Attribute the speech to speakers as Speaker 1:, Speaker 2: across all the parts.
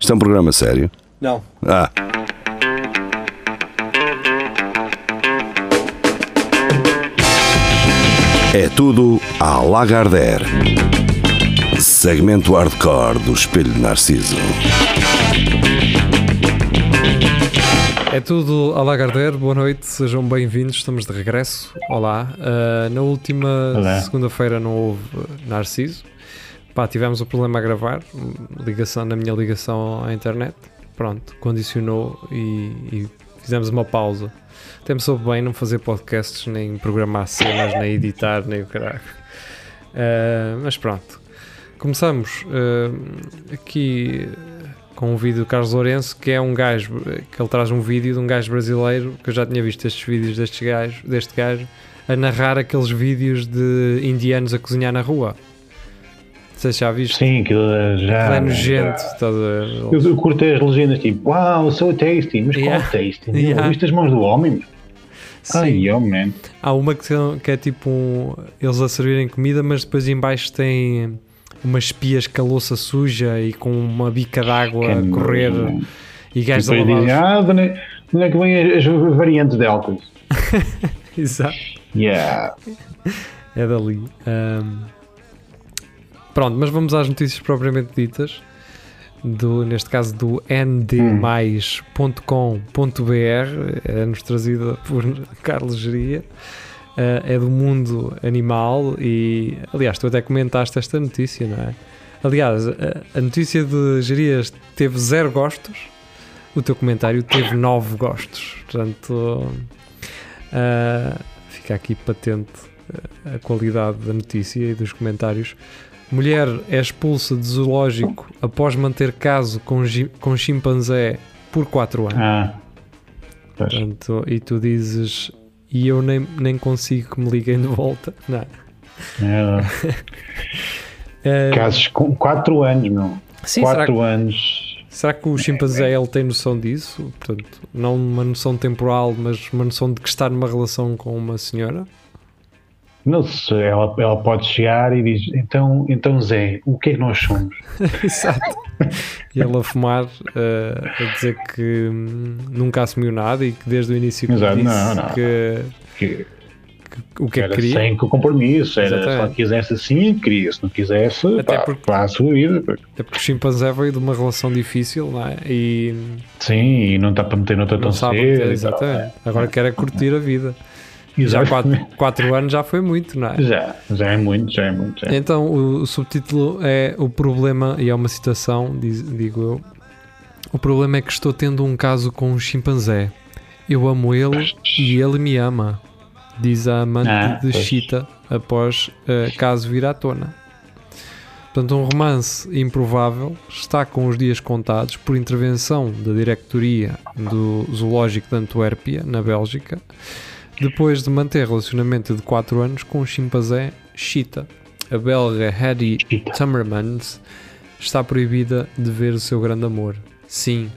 Speaker 1: Isto é um programa sério.
Speaker 2: Não.
Speaker 1: Ah, é tudo à Lagardère. Segmento hardcore do Espelho de Narciso.
Speaker 3: É tudo, Olá Gardeiro, boa noite, sejam bem-vindos, estamos de regresso. Olá, ah, na última
Speaker 4: Olá.
Speaker 3: segunda-feira não houve Narciso, pá, tivemos o problema a gravar, ligação, na minha ligação à internet, pronto, condicionou e, e fizemos uma pausa. Até me soube bem não fazer podcasts, nem programar cenas, nem editar, nem o caralho. Ah, mas pronto, começamos ah, aqui com um vídeo do Carlos Lourenço, que é um gajo, que ele traz um vídeo de um gajo brasileiro, que eu já tinha visto estes vídeos deste gajo, deste gajo a narrar aqueles vídeos de indianos a cozinhar na rua. Não sei se já viste.
Speaker 4: Sim, aquilo é já.
Speaker 3: é nojento, estás a ver?
Speaker 4: Eu, eu curto as legendas tipo, uau, so tasty, mas
Speaker 3: Yeah.
Speaker 4: qual tasty? Meu,
Speaker 3: Yeah.
Speaker 4: Viste as mãos do homem? Ai, oh, man.
Speaker 3: Há uma que, são- que é tipo um- eles a servirem comida, mas depois em baixo tem umas espias com a louça suja e com uma bica d'água a
Speaker 4: Que
Speaker 3: correr
Speaker 4: nojo.
Speaker 3: e
Speaker 4: E
Speaker 3: gajos a
Speaker 4: depois dizem,
Speaker 3: lavar.
Speaker 4: ah, de onde, de onde é que vêm as, as variantes de álcool?
Speaker 3: os- Exato.
Speaker 4: Yeah.
Speaker 3: É dali. Ahm, pronto, mas vamos às notícias propriamente ditas. Do, neste caso do ndmais.com.br, é-nos trazida por Carlos Geria. Ah, é do mundo animal e, aliás, tu até comentaste esta notícia, não é? Aliás, a, a notícia de Gerias teve zero gostos, o teu comentário teve nove gostos. Portanto, ah, fica aqui patente eh, a qualidade da notícia e dos comentários. Mulher é expulsa de zoológico após manter caso com, gi- com chimpanzé por 4 anos.
Speaker 4: Ah. Pois.
Speaker 3: Portanto, e tu dizes, e eu nem, nem consigo que me liguem de volta. Não.
Speaker 4: É,
Speaker 3: Eh,
Speaker 4: casos com 4 anos, meu.
Speaker 3: sim, será,
Speaker 4: 4 anos.
Speaker 3: que- será que o chimpanzé ele tem noção disso? Portanto, não uma noção temporal, mas uma noção de que está numa relação com uma senhora?
Speaker 4: Não sei, ela, ela pode chegar e diz, então, então Zé, o que é que nós somos?
Speaker 3: Exato. E ele a fumar, eh, a dizer que hum, nunca assumiu nada e que desde o início que
Speaker 4: Exato,
Speaker 3: disse
Speaker 4: não, não.
Speaker 3: Que,
Speaker 4: Que
Speaker 3: o que é que
Speaker 4: era
Speaker 3: queria.
Speaker 4: sem compromisso, era se ela
Speaker 3: Exatamente.
Speaker 4: quisesse assim, queria, se não quisesse,
Speaker 3: Até
Speaker 4: pá,
Speaker 3: porque-
Speaker 4: pá, a sua vida. pá.
Speaker 3: É porque o chimpanzé veio de uma relação difícil, não é? E
Speaker 4: Sim, e não está para meter nota
Speaker 3: não
Speaker 4: tão
Speaker 3: sabe o que
Speaker 4: cedo.
Speaker 3: é,
Speaker 4: e tal.
Speaker 3: exatamente. Agora quer é curtir a vida. E já
Speaker 4: Exato.
Speaker 3: 4 anos já foi muito, não é?
Speaker 4: Já, já é muito, já é muito. Já.
Speaker 3: Então, o, o subtítulo é O Problema, e é uma citação, diz- digo eu. O problema é que estou tendo um caso com um chimpanzé. Eu amo ele e ele me ama, diz a amante
Speaker 4: Ah,
Speaker 3: de
Speaker 4: pois.
Speaker 3: Chita após eh, caso vir à tona. Portanto, um romance improvável está com os dias contados por intervenção da diretoria do Zoológico de Antuérpia, na Bélgica, depois de manter relacionamento de 4 anos com o chimpanzé Chita. A belga Hedy
Speaker 4: Chita.
Speaker 3: Timmermans está proibida de ver o seu grande amor. Sim,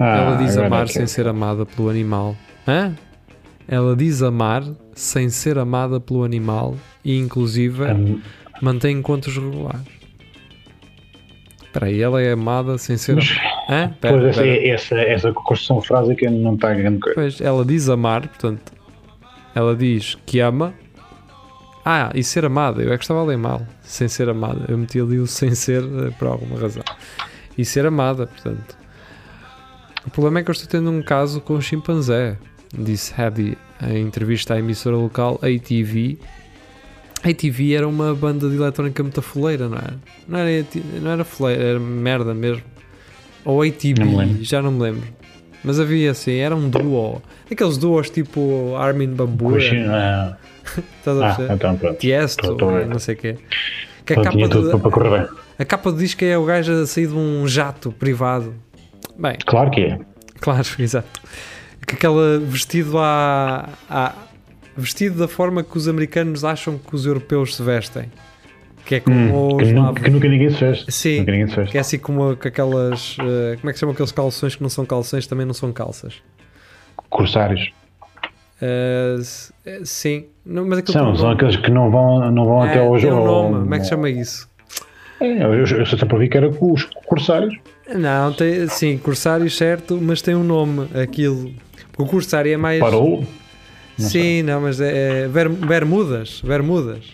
Speaker 3: ela diz
Speaker 4: agora
Speaker 3: amar
Speaker 4: é que-
Speaker 3: sem ser amada pelo animal. Hã? Ela diz amar sem ser amada pelo animal e, inclusive,
Speaker 4: Am-
Speaker 3: mantém encontros regulares. Espera aí, ela é amada sem ser
Speaker 4: Mas-
Speaker 3: amada. Hã? Espera,
Speaker 4: Pois assim, essa, é,
Speaker 3: espera.
Speaker 4: essa, essa construção frásica não está grande coisa.
Speaker 3: Pois, ela diz amar, portanto, ela diz que ama. Ah, e ser amada, eu é que estava a ler mal. Sem ser amada, eu meti ali o sem ser eh, por alguma razão. E ser amada, portanto. O problema é que eu estou tendo um caso com um chimpanzé, disse Hedy em entrevista à emissora local ATV. ATV era uma banda de eletrónica muito foleira, não era? Não era, AT não era foleira, era merda mesmo. Ou ATV,
Speaker 4: Não me lembro.
Speaker 3: já não me lembro. Mas havia assim, era um duo. Aqueles duos tipo Armin Bambura,
Speaker 4: Pois, ah,
Speaker 3: estás a
Speaker 4: ah,
Speaker 3: perceber?
Speaker 4: então pronto.
Speaker 3: Tiesto,
Speaker 4: Tô- tô a ver.
Speaker 3: não sei o quê. é Que a
Speaker 4: Então
Speaker 3: capa,
Speaker 4: tinha tudo para-
Speaker 3: de,
Speaker 4: para correr bem.
Speaker 3: a capa do disco é o gajo a sair de um jato privado. Bem,
Speaker 4: Claro que é.
Speaker 3: Claro, exato. Que aquela vestido à, à- vestido da forma que os americanos acham que os europeus se vestem. Que é como os
Speaker 4: Hum, que, nu-
Speaker 3: eslavos.
Speaker 4: que nunca ninguém se fez.
Speaker 3: Sim.
Speaker 4: Nunca ninguém se fez.
Speaker 3: Que é assim como com aquelas. eh, como é que se chamam aqueles calções que não são calções, também não são calças. é
Speaker 4: Corsários.
Speaker 3: Eh, s- eh, sim. Não, mas aquilo tem
Speaker 4: São,
Speaker 3: um
Speaker 4: são
Speaker 3: nome.
Speaker 4: aqueles que não vão, não vão até
Speaker 3: É,
Speaker 4: ao
Speaker 3: tem
Speaker 4: jogo.
Speaker 3: um nome. Como é que se chama isso?
Speaker 4: É, eu, eu, eu sempre ouvi que era os corsários.
Speaker 3: Não, tem, sim, Corsário, certo, mas tem um nome, aquilo. Porque o Corsário é mais.
Speaker 4: Parou?
Speaker 3: sim, não, mas é. é Ber- bermudas, bermudas,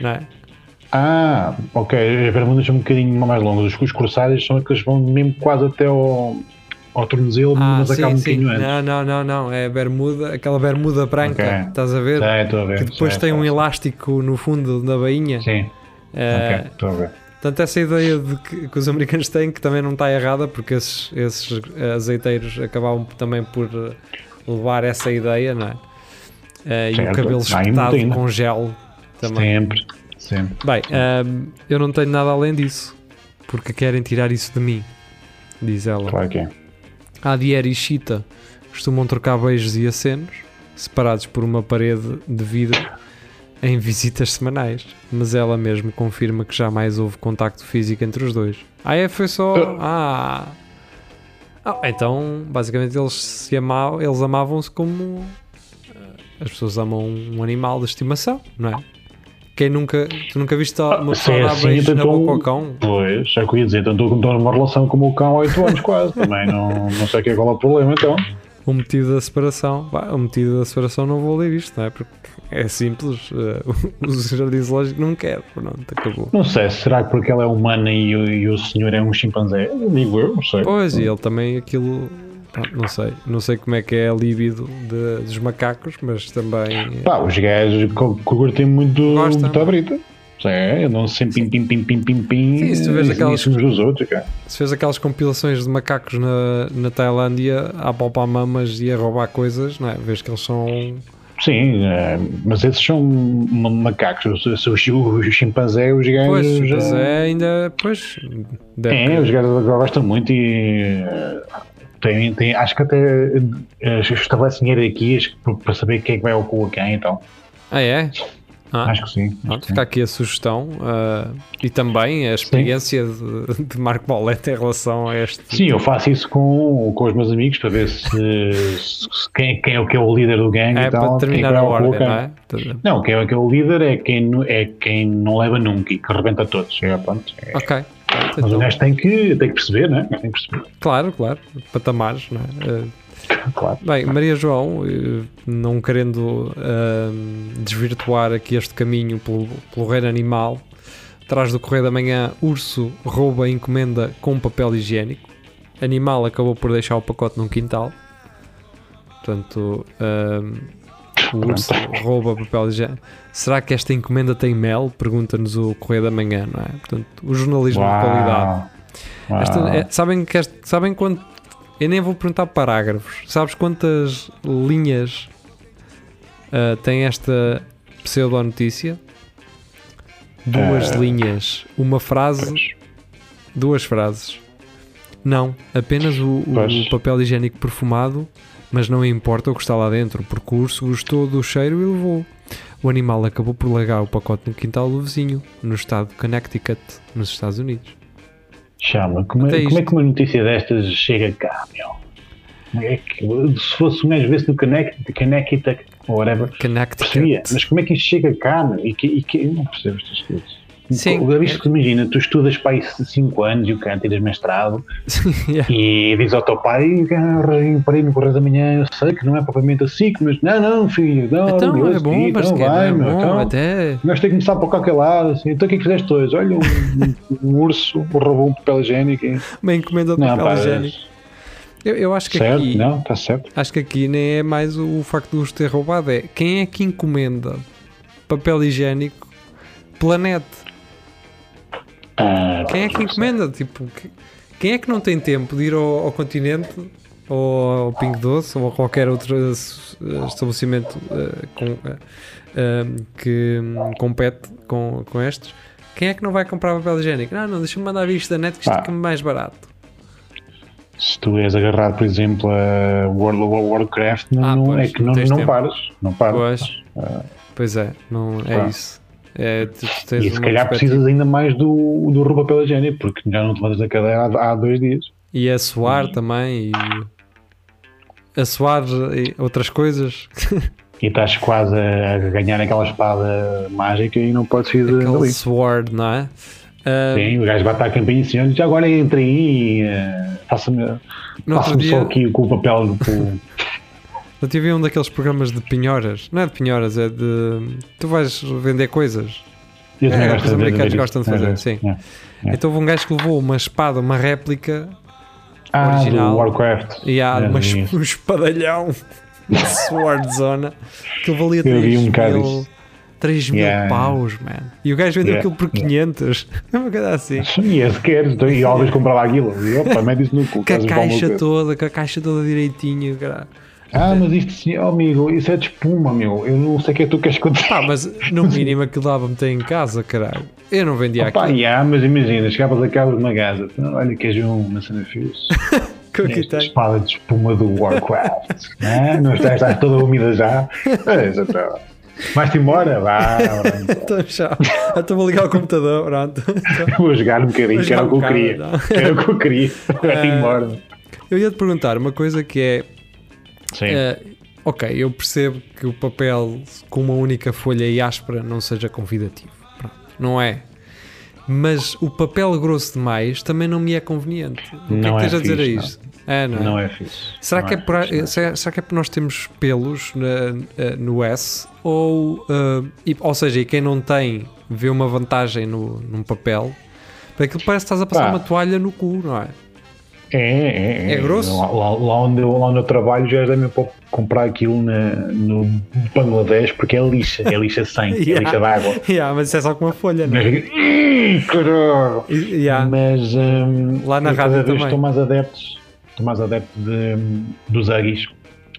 Speaker 3: não é?
Speaker 4: Ah, ok. As bermudas são um bocadinho mais longas. Os, os corsários são aqueles que vão mesmo quase até ao, ao tornozelo,
Speaker 3: Ah,
Speaker 4: mas
Speaker 3: sim,
Speaker 4: acabam um
Speaker 3: sim.
Speaker 4: bocadinho antes.
Speaker 3: Não, não, não, não, é bermuda, aquela bermuda branca,
Speaker 4: Ok.
Speaker 3: estás a ver?
Speaker 4: Já, estou a ver.
Speaker 3: Que depois
Speaker 4: já,
Speaker 3: tem um
Speaker 4: já.
Speaker 3: elástico no fundo da bainha.
Speaker 4: Sim,
Speaker 3: Eh,
Speaker 4: ok, estou a ver.
Speaker 3: Portanto, essa ideia de que, que os americanos têm, que também não está errada, porque esses, esses eh, azeiteiros acabavam também por eh, levar essa ideia, não é? Eh, e o
Speaker 4: Certo.
Speaker 3: cabelo
Speaker 4: Ah, e
Speaker 3: espetado
Speaker 4: muito ainda.
Speaker 3: com gel também.
Speaker 4: Sempre, sempre.
Speaker 3: Bem, ehm, eu não tenho nada além disso, porque querem tirar isso de mim, diz ela.
Speaker 4: Claro que é.
Speaker 3: Adier e Chita costumam trocar beijos e acenos, separados por uma parede de vidro, em visitas semanais. Mas ela mesmo confirma que jamais houve contacto físico entre os dois. Ah, é? Foi só. Ah. Ah, então, basicamente, eles se amavam, eles amavam-se como ah, as pessoas amam um animal de estimação, não é? Quem nunca. Tu nunca viste uma
Speaker 4: se
Speaker 3: pessoa
Speaker 4: é
Speaker 3: dar
Speaker 4: assim,
Speaker 3: beijos na
Speaker 4: então-
Speaker 3: boca ao cão?
Speaker 4: Pois, já que eu ia dizer, então estou estou numa relação como o cão há 8 anos quase, também não, não sei que é qual é o problema então.
Speaker 3: o motivo da separação. Bah, o motivo da separação não vou ler isto, não é? Porque é simples. eh, o jardim zoológico não quer. Pronto, acabou.
Speaker 4: Não sei, será que porque ela é humana e, o- e o senhor é um chimpanzé? Digo eu, não sei.
Speaker 3: Pois, e ele também aquilo. pronto, Não sei, não sei como é que é a libido de- dos macacos, mas também. eh,
Speaker 4: Pá, os gajos co- co- curtem muito
Speaker 3: Gostam,
Speaker 4: muita
Speaker 3: não é?
Speaker 4: brita. É, andam sempre pim, pim, pim, pim, pim, pim.
Speaker 3: Sim, se tu vês
Speaker 4: e-
Speaker 3: aquelas-
Speaker 4: e uns dos outros, cara.
Speaker 3: Se fez aquelas compilações de macacos na, na Tailândia a palpar mamas e a roubar coisas, não é? Vês que eles são.
Speaker 4: Sim, é, mas esses são ma- macacos. Os, os, os chimpanzés, os gajos.
Speaker 3: Pois, mas
Speaker 4: é,
Speaker 3: é ainda. Pois. deve-
Speaker 4: é, os gajos agora gostam muito e. é, Tem, tem, acho que até é, estabelecem hierarquias por- para saber quem é que vai ao cu a quem e tal.
Speaker 3: Ah, é? Ah.
Speaker 4: Acho que sim. acho
Speaker 3: Pronto,
Speaker 4: que sim.
Speaker 3: fica aqui a sugestão ah, e também a experiência de, de Marco Pauleta em relação a este.
Speaker 4: Sim, eu faço isso com, com os meus amigos para ver se, se- se quem, quem é o que é o líder do gangue
Speaker 3: é
Speaker 4: e
Speaker 3: para
Speaker 4: tal. quem é que
Speaker 3: terminar
Speaker 4: vai
Speaker 3: a
Speaker 4: ao cu a
Speaker 3: ordem,
Speaker 4: quem.
Speaker 3: não é? Tudo-
Speaker 4: Não, quem é que é o líder é quem, nu- é quem não leva nunca e que arrebenta todos. É, pronto. É.
Speaker 3: Ok. Pronto,
Speaker 4: Mas o
Speaker 3: então,
Speaker 4: gajo tem que, tem que perceber, né? Tem que perceber,
Speaker 3: claro, claro. Patamares, não é? Ah,
Speaker 4: claro.
Speaker 3: Bem, Maria João, eh, não querendo ahm, desvirtuar aqui este caminho pelo, pelo reino animal, traz do Correio da Manhã, urso rouba encomenda com papel higiênico. Animal acabou por deixar o pacote num quintal. Portanto, ahm, o urso rouba papel higiênico. Será que esta encomenda tem mel? Pergunta-nos o Correio da Manhã, não é? Portanto, o jornalismo de qualidade.
Speaker 4: Uau.
Speaker 3: Esta- é- sabem, que este- sabem quanto. Eu nem vou perguntar parágrafos. Sabes quantas linhas ah, tem esta pseudonotícia? Duas
Speaker 4: Ah.
Speaker 3: linhas. Uma frase,
Speaker 4: Pois.
Speaker 3: duas frases. Não, apenas o, o
Speaker 4: Pois.
Speaker 3: papel higiênico perfumado, mas não importa o que está lá dentro, porque o urso gostou do cheiro e levou. O animal acabou por largar o pacote no quintal do vizinho, no estado de Connecticut, nos Estados Unidos.
Speaker 4: Chama, como,
Speaker 3: Até
Speaker 4: é, como é
Speaker 3: isto.
Speaker 4: que uma notícia destas chega cá, meu? Como É que, se fosse um gajo desse do Connect, de Connecticut, ou whatever, percebia.
Speaker 3: Connecticut.
Speaker 4: Mas como é que isto chega cá, meu? E que, e que, eu não percebo estas coisas.
Speaker 3: Sim. é.
Speaker 4: Já viste que imagina, tu estudas para aí 5 anos e o cara tiras mestrado
Speaker 3: Yeah.
Speaker 4: E diz ao teu pai, "Ah, parei no correio da manhã, eu sei que não é propriamente assim, mas não, não, filho, não,
Speaker 3: Então
Speaker 4: eu
Speaker 3: é bom,
Speaker 4: segui,
Speaker 3: mas
Speaker 4: então
Speaker 3: que é
Speaker 4: vai, meu,
Speaker 3: bom,
Speaker 4: então,
Speaker 3: até.
Speaker 4: Nós temos que começar por qualquer lado, assim, então o que é que fizeste hoje? Olha, um, um urso roubou um papel higiênico. e-
Speaker 3: Uma encomenda de
Speaker 4: Não,
Speaker 3: papel
Speaker 4: pá, é
Speaker 3: higiênico. Eu, eu acho que
Speaker 4: certo,
Speaker 3: aqui.
Speaker 4: não, está certo.
Speaker 3: Acho que aqui nem é mais o, o facto de os ter roubado, é quem é que encomenda papel higiênico planeta?
Speaker 4: Ah,
Speaker 3: Quem é que encomenda? Tipo, que- quem é que não tem tempo de ir ao, ao continente ou ao Pingo Doce ou a qualquer outro eh, s- eh, estabelecimento eh, com, eh, eh, que hum, compete com, com estes? Quem é que não vai comprar papel higiênico? Não, não, deixa-me mandar vir isto da net que isto
Speaker 4: Pá.
Speaker 3: fica mais barato.
Speaker 4: Se tu és agarrado, por exemplo, a World of Warcraft, não,
Speaker 3: Ah,
Speaker 4: não-
Speaker 3: pois,
Speaker 4: é que
Speaker 3: não
Speaker 4: não,
Speaker 3: tens
Speaker 4: não
Speaker 3: tempo.
Speaker 4: paras, não paras.
Speaker 3: Pois, pois é, não, é
Speaker 4: Ah, Pá.
Speaker 3: isso. É, tu, tu tens
Speaker 4: E se
Speaker 3: uma perspectiva.
Speaker 4: calhar precisas ainda mais do, do roubo papel higiênico, porque já não te levantas da cadeira há, há dois dias.
Speaker 3: E a suar também e a suar e outras coisas.
Speaker 4: E estás quase a ganhar aquela espada mágica e não podes ir
Speaker 3: Aquele
Speaker 4: dali.
Speaker 3: sword, não é? Ah,
Speaker 4: Tem, o gajo bate a campainha assim, olha, já agora entre aí e eh, faça-me
Speaker 3: no outro
Speaker 4: faça-me só
Speaker 3: dia,
Speaker 4: aqui com o papel do. com-
Speaker 3: eu tive um daqueles programas de pinhoras. Não é de pinhoras, é de. Tu vais vender coisas.
Speaker 4: Eu também
Speaker 3: É,
Speaker 4: gosto
Speaker 3: os
Speaker 4: de ver-
Speaker 3: americanos
Speaker 4: ver
Speaker 3: gostam de
Speaker 4: isso.
Speaker 3: fazer,
Speaker 4: É,
Speaker 3: sim.
Speaker 4: é. É.
Speaker 3: Então houve um gajo que levou uma espada, uma réplica
Speaker 4: Ah,
Speaker 3: Original.
Speaker 4: do Warcraft.
Speaker 3: e há
Speaker 4: É,
Speaker 3: uma,
Speaker 4: sim.
Speaker 3: es- um espadalhão de Swordzona que valia
Speaker 4: Eu vi um
Speaker 3: 3
Speaker 4: bocado
Speaker 3: mil,
Speaker 4: isso.
Speaker 3: 3 mil
Speaker 4: Yeah.
Speaker 3: paus, man. E o gajo vendeu
Speaker 4: Yeah.
Speaker 3: aquilo por 500. É uma coisa assim.
Speaker 4: E é sequer, então, e Alves comprava aquilo. E opa, mete isso no cu.
Speaker 3: Com a
Speaker 4: queres levar uma
Speaker 3: caixa
Speaker 4: coisa.
Speaker 3: toda, com a caixa toda direitinho, cara.
Speaker 4: Ah, mas isto, sim- oh, amigo, isso é de espuma, meu. Eu não sei o que é que tu queres contar.
Speaker 3: Pá, mas no mínimo aquilo dava meter em casa, caralho. Eu não vendia
Speaker 4: Pá,
Speaker 3: aquilo.
Speaker 4: já, mas imagina, chegavas a casa de uma gaza, então, olha que és uma cena fixe.
Speaker 3: Que eu aqui
Speaker 4: Esta
Speaker 3: tenho.
Speaker 4: espada de espuma do Warcraft. né? não estás, estás toda úmida já? Olha, já tá. Vais-te embora? Vá, vá.
Speaker 3: Então já. Eu Estou a ligar o computador, pronto. Então,
Speaker 4: vou jogar um bocadinho,
Speaker 3: Vou
Speaker 4: que
Speaker 3: jogar
Speaker 4: era o que eu
Speaker 3: um
Speaker 4: queria.
Speaker 3: bocado,
Speaker 4: Que Era o que eu queria. Vai-te
Speaker 3: Eh,
Speaker 4: embora.
Speaker 3: Eu ia te perguntar uma coisa que é.
Speaker 4: Sim.
Speaker 3: eh, ok, eu percebo que o papel com uma única folha e áspera não seja convidativo. Pronto, não é? Mas o papel grosso demais também não me é conveniente. O
Speaker 4: Não
Speaker 3: que é que
Speaker 4: é
Speaker 3: tens a dizer a
Speaker 4: fixe,
Speaker 3: isto? É, não é?
Speaker 4: não é fixe.
Speaker 3: Será,
Speaker 4: Não
Speaker 3: que é por,
Speaker 4: fixe, não.
Speaker 3: será, será que é porque nós temos pelos na- eh, no S? Ou, eh, e- ou seja, e quem não tem vê uma vantagem no, num papel? Porque aquilo parece que estás a passar
Speaker 4: Pá.
Speaker 3: uma toalha no cu, não é?
Speaker 4: É, é,
Speaker 3: É grosso?
Speaker 4: Lá, lá- lá onde, eu, lá onde eu trabalho já dá mesmo para comprar aquilo na- no Bangladesh porque é lixa, é lixa sem, é lixa d'água.
Speaker 3: Yeah, mas isso é só com uma folha, não é?
Speaker 4: Mas, Ih, caralho!
Speaker 3: E- yeah.
Speaker 4: Mas hum,
Speaker 3: Lá na
Speaker 4: eu
Speaker 3: rádio
Speaker 4: cada vez
Speaker 3: também.
Speaker 4: estou mais adepto, estou mais adepto de, hum, dos aguis,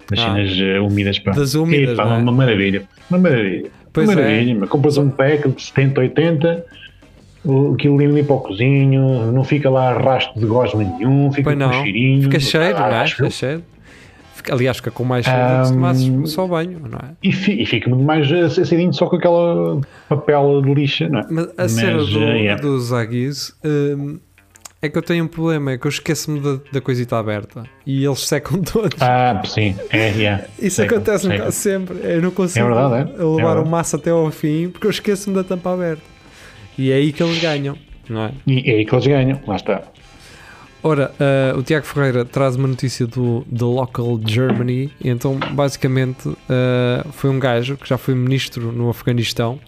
Speaker 4: das
Speaker 3: Ah.
Speaker 4: cenas eh, úmidas. Pá.
Speaker 3: Das úmidas,
Speaker 4: Epá,
Speaker 3: não é?
Speaker 4: uma maravilha, uma maravilha.
Speaker 3: Pois é.
Speaker 4: uma maravilha, mas compras um pack de 70, 80, o- aquilo limpa limpa o cozinho, não fica lá rastro de gosma nenhum, fica
Speaker 3: Pois
Speaker 4: com
Speaker 3: não.
Speaker 4: cheirinho. Ah,
Speaker 3: Fica cheiro, não é?
Speaker 4: acho
Speaker 3: Fica
Speaker 4: eu.
Speaker 3: cheiro. Fica- aliás, fica com mais cheiro do que se
Speaker 4: Ahm.
Speaker 3: tomasses só banho, não é?
Speaker 4: E, fi- e fica muito mais acidinho só com aquela papel de lixa, não é?
Speaker 3: Mas a cena
Speaker 4: Mas,
Speaker 3: do,
Speaker 4: eh, yeah.
Speaker 3: dos aguis hum, é que eu tenho um problema, é que eu esqueço-me da, da coisita aberta e eles secam todos.
Speaker 4: Ah, sim, é, yeah.
Speaker 3: Isso um
Speaker 4: Sei,
Speaker 3: acontece-me
Speaker 4: sei.
Speaker 3: quase sempre. Eu não consigo
Speaker 4: É verdade, é? É
Speaker 3: levar o
Speaker 4: verdade.
Speaker 3: maço até ao fim porque eu esqueço-me da tampa aberta. E é aí que eles ganham, não é?
Speaker 4: E é aí que eles ganham, lá está.
Speaker 3: Ora, ah, o Tiago Ferreira traz uma notícia do The Local Germany. Então, basicamente, ah, foi um gajo que já foi ministro no Afeganistão,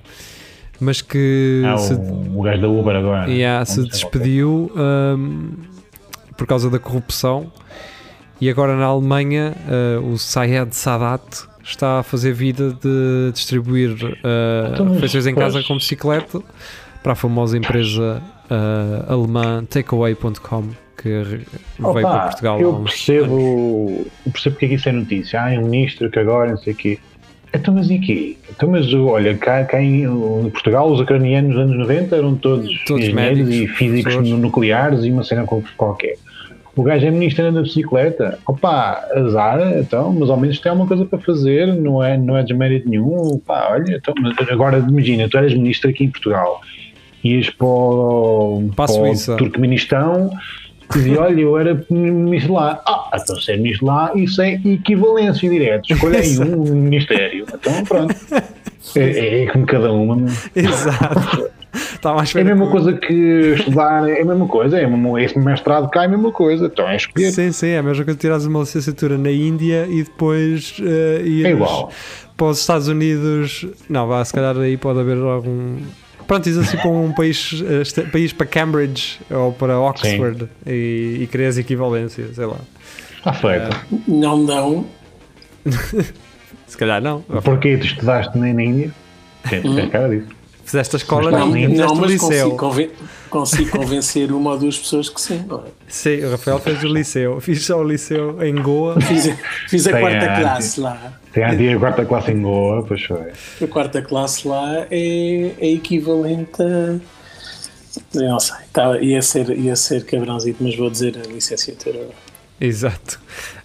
Speaker 3: mas que
Speaker 4: Ah,
Speaker 3: se,
Speaker 4: o, o gajo da Uber agora.
Speaker 3: yeah,
Speaker 4: Não
Speaker 3: se
Speaker 4: sei
Speaker 3: despediu ahm, por causa da corrupção. E agora na Alemanha, ah, o Sayed Sadat está a fazer vida de distribuir ah,
Speaker 4: Então, mas,
Speaker 3: refeições em
Speaker 4: pois.
Speaker 3: casa com bicicleta para a famosa empresa ah, alemã takeaway.com que re-
Speaker 4: qual é.
Speaker 3: veio
Speaker 4: Opa,
Speaker 3: para Portugal. há
Speaker 4: Eu
Speaker 3: uns-
Speaker 4: percebo, eu percebo porque é que isso é notícia. Ah, é um ministro que agora, não sei o quê. Então, mas e quê? Então, mas olha, cá, cá em, em Portugal, os ucranianos dos anos 90 eram todos,
Speaker 3: Todos
Speaker 4: engenheiros
Speaker 3: médicos,
Speaker 4: e físicos
Speaker 3: professores.
Speaker 4: nucleares e uma cena qual- qualquer. O gajo é ministro anda na bicicleta. Opa, azar, então, mas ao menos tem alguma coisa para fazer, não é, não é desmérito nenhum. Opa, olha, então, mas agora imagina, tu eras ministro aqui em Portugal. Ias para o,
Speaker 3: Para a
Speaker 4: o
Speaker 3: Suíça.
Speaker 4: Turquemenistão e dizia, olha, eu era ministro lá. Ah, então ser ministro lá, isso é equivalência direta. Escolha aí um ministério. Então pronto. É, é, é como cada uma. não é?
Speaker 3: Exato. Tá Estava à
Speaker 4: É a
Speaker 3: espera
Speaker 4: mesma
Speaker 3: que-
Speaker 4: coisa que estudar, é a mesma coisa, é mesmo, esse mestrado cá é a mesma coisa, então é escolher.
Speaker 3: Sim, sim, é a mesma coisa que tirares uma licenciatura na Índia e depois eh, ires
Speaker 4: É igual.
Speaker 3: para os Estados Unidos. Não, vá, se calhar aí pode haver algum. Pronto, diz assim para um país, eh, este- país para Cambridge ou para Oxford e, e crias equivalência, sei lá.
Speaker 4: Está feito.
Speaker 3: É.
Speaker 2: Não, não.
Speaker 3: Se calhar não.
Speaker 4: Porquê tu estudaste na, na Índia? Tem,
Speaker 2: Hum?
Speaker 4: tem cara disso.
Speaker 3: Fizeste a escola
Speaker 4: Mas
Speaker 3: na
Speaker 2: Não,
Speaker 4: Sim,
Speaker 3: Índia, fizeste
Speaker 2: não
Speaker 3: o
Speaker 2: mas
Speaker 3: liceu.
Speaker 2: consigo, conven- consigo convencer uma ou duas pessoas que sim. não é?
Speaker 3: Sim, o Rafael fez o liceu. Fiz só o liceu em Goa.
Speaker 2: Fiz, a- fiz a
Speaker 4: Tem
Speaker 2: quarta
Speaker 4: arte.
Speaker 2: classe lá.
Speaker 4: Tem a dia quarta classe em Goa, pois foi.
Speaker 2: A quarta classe lá é, é equivalente a. Eu não sei, tá, ia, ser, ia ser cabrãozito, mas vou dizer a licenciatura.
Speaker 3: Exato.